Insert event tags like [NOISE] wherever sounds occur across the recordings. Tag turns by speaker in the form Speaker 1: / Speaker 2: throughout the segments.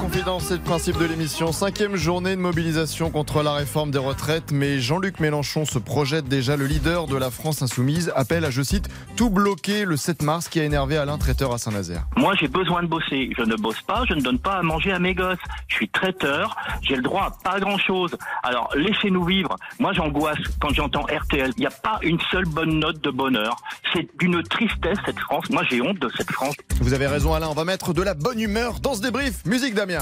Speaker 1: confidence, c'est le principe de l'émission. Cinquième journée de mobilisation contre la réforme des retraites, mais Jean-Luc Mélenchon se projette déjà. Le leader de la France insoumise appelle à, je cite, tout bloquer le 7 mars qui a énervé Alain Traiteur à Saint-Nazaire.
Speaker 2: Moi, j'ai besoin de bosser. Je ne bosse pas, je ne donne pas à manger à mes gosses. Je suis traiteur, j'ai le droit à pas grand-chose. Alors, laissez-nous vivre. Moi, j'angoisse quand j'entends RTL. Il n'y a pas une seule bonne note de bonheur. C'est d'une tristesse, cette France. Moi, j'ai honte de cette France.
Speaker 1: Vous avez raison, Alain, on va mettre de la bonne humeur dans ce débrief. Musique, Damien.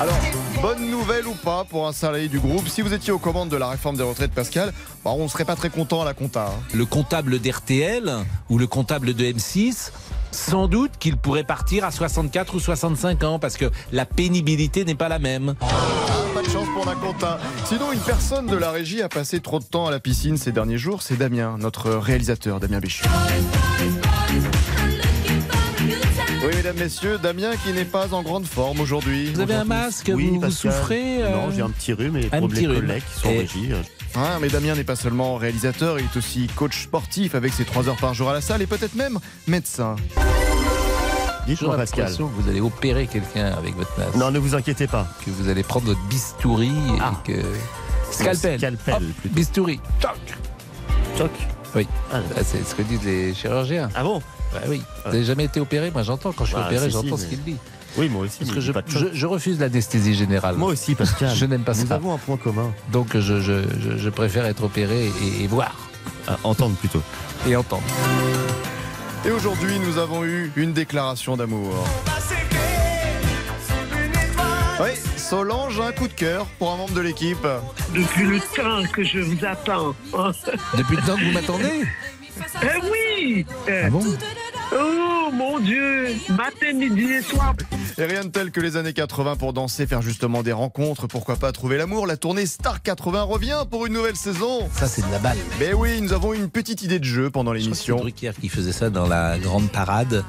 Speaker 1: Alors, bonne nouvelle ou pas pour un salarié du groupe, si vous étiez aux commandes de la réforme des retraites, Pascal, bah, on serait pas très content à la compta. hein.
Speaker 3: le comptable d'RTL ou le comptable de M6, sans doute qu'il pourrait partir à 64 ou 65 ans parce que la pénibilité n'est pas la même.
Speaker 1: Ah, pas de chance pour la compta. Sinon, une personne de la régie a passé trop de temps à la piscine ces derniers jours, c'est Damien, notre réalisateur, Damien Béchu. Oui, mesdames, messieurs, Damien qui n'est pas en grande forme aujourd'hui.
Speaker 3: Vous avez un masque,
Speaker 4: Oui,
Speaker 3: vous, vous
Speaker 4: Pascal.
Speaker 3: souffrez euh,
Speaker 4: Non, j'ai un petit rhume et
Speaker 3: un
Speaker 4: pour
Speaker 3: petit
Speaker 4: les
Speaker 3: rhume.
Speaker 4: collègues qui sont en
Speaker 3: Et-
Speaker 4: régie. euh,
Speaker 1: Hein, mais Damien n'est pas seulement réalisateur, il est aussi coach sportif avec ses 3 heures par jour à la salle et peut-être même médecin.
Speaker 3: J'ai
Speaker 4: Dites-moi, Pascal.
Speaker 3: l'impression que vous allez opérer quelqu'un avec votre masque,
Speaker 4: Non, ne vous inquiétez pas.
Speaker 3: que vous allez prendre votre bistouri et
Speaker 4: Ah.
Speaker 3: que... Scalpel.
Speaker 4: Scalpel,
Speaker 3: Hop,
Speaker 4: plutôt.
Speaker 3: bistouri. Toc.
Speaker 4: Toc.
Speaker 3: Oui,
Speaker 4: Ah,
Speaker 3: Ah, c'est ce que disent les chirurgiens.
Speaker 4: ah bon
Speaker 3: Bah oui, vous n'avez jamais été opéré, moi j'entends, quand je suis
Speaker 4: Bah,
Speaker 3: opéré,
Speaker 4: si, si,
Speaker 3: j'entends ce
Speaker 4: mais-
Speaker 3: qu'il dit.
Speaker 4: Oui, moi aussi.
Speaker 3: Parce
Speaker 4: mais
Speaker 3: que je,
Speaker 4: pas de
Speaker 3: je-
Speaker 4: choc.
Speaker 3: je refuse l'anesthésie générale.
Speaker 4: Moi aussi,
Speaker 3: [LAUGHS]
Speaker 4: Pascal.
Speaker 3: Je n'aime pas
Speaker 4: Nous
Speaker 3: ça.
Speaker 4: avons un point commun.
Speaker 3: Donc je, je, je, je préfère être opéré et, et voir
Speaker 4: À entendre plutôt.
Speaker 3: et entendre.
Speaker 1: Et aujourd'hui, nous avons eu une déclaration d'amour. Oui, Solange a un coup de cœur pour un membre de l'équipe.
Speaker 5: Depuis le temps que je vous attends. Oh,
Speaker 3: Depuis le temps que vous m'attendez
Speaker 5: eh oui Eh,
Speaker 3: Ah bon
Speaker 5: Oh mon Dieu Matin, midi et soir.
Speaker 1: Et rien de tel que les années 80 pour danser, faire justement des rencontres, pourquoi pas trouver l'amour. La tournée Star 80 revient pour une nouvelle saison.
Speaker 3: Ça c'est de la balle.
Speaker 1: Mais oui, nous avons une petite idée de jeu pendant
Speaker 3: Je crois que c'est
Speaker 1: l'émission.
Speaker 3: Drucker qui faisait ça dans la grande parade.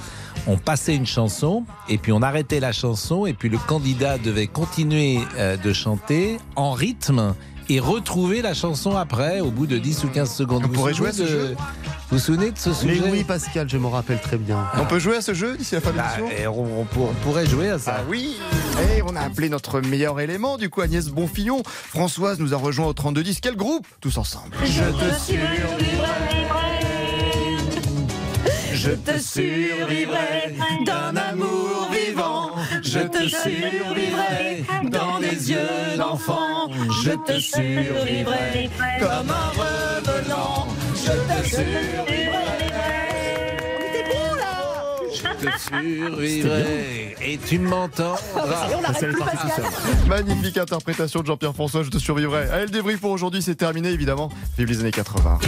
Speaker 3: On passait une chanson et puis on arrêtait la chanson et puis le candidat devait continuer euh, de chanter en rythme et retrouver la chanson après au bout de 10 ou 15 secondes.
Speaker 1: On
Speaker 3: Vous
Speaker 1: pourrait
Speaker 3: souvenez
Speaker 1: jouer à ce
Speaker 3: de-
Speaker 1: jeu
Speaker 3: Vous vous souvenez de ce
Speaker 4: Mais
Speaker 3: sujet
Speaker 4: oui, Pascal, je m'en rappelle très bien.
Speaker 1: On peut jouer à ce jeu d'ici la fin de
Speaker 3: Bah,
Speaker 1: l'émission
Speaker 3: et on, on pour- on pourrait jouer à ça.
Speaker 1: Ah oui Et on a appelé notre meilleur élément, du coup Agnès Bonfillon. Françoise nous a rejoint au 3210. Quel groupe Tous ensemble. Je te Je te survivrai d'un amour vivant. Je te survivrai dans les yeux d'enfant. Je te survivrai comme un revenant. Je te
Speaker 3: Je te survivrai et tu m'entends.
Speaker 4: Pascal est parti tout seul.
Speaker 1: Magnifique interprétation de Jean-Pierre François, je te survivrai. Allez, le débrief pour aujourd'hui, c'est terminé évidemment. Vive les années 80.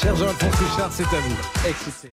Speaker 3: Cher Jean-Paul Richard, c'est à vous. Écoutez.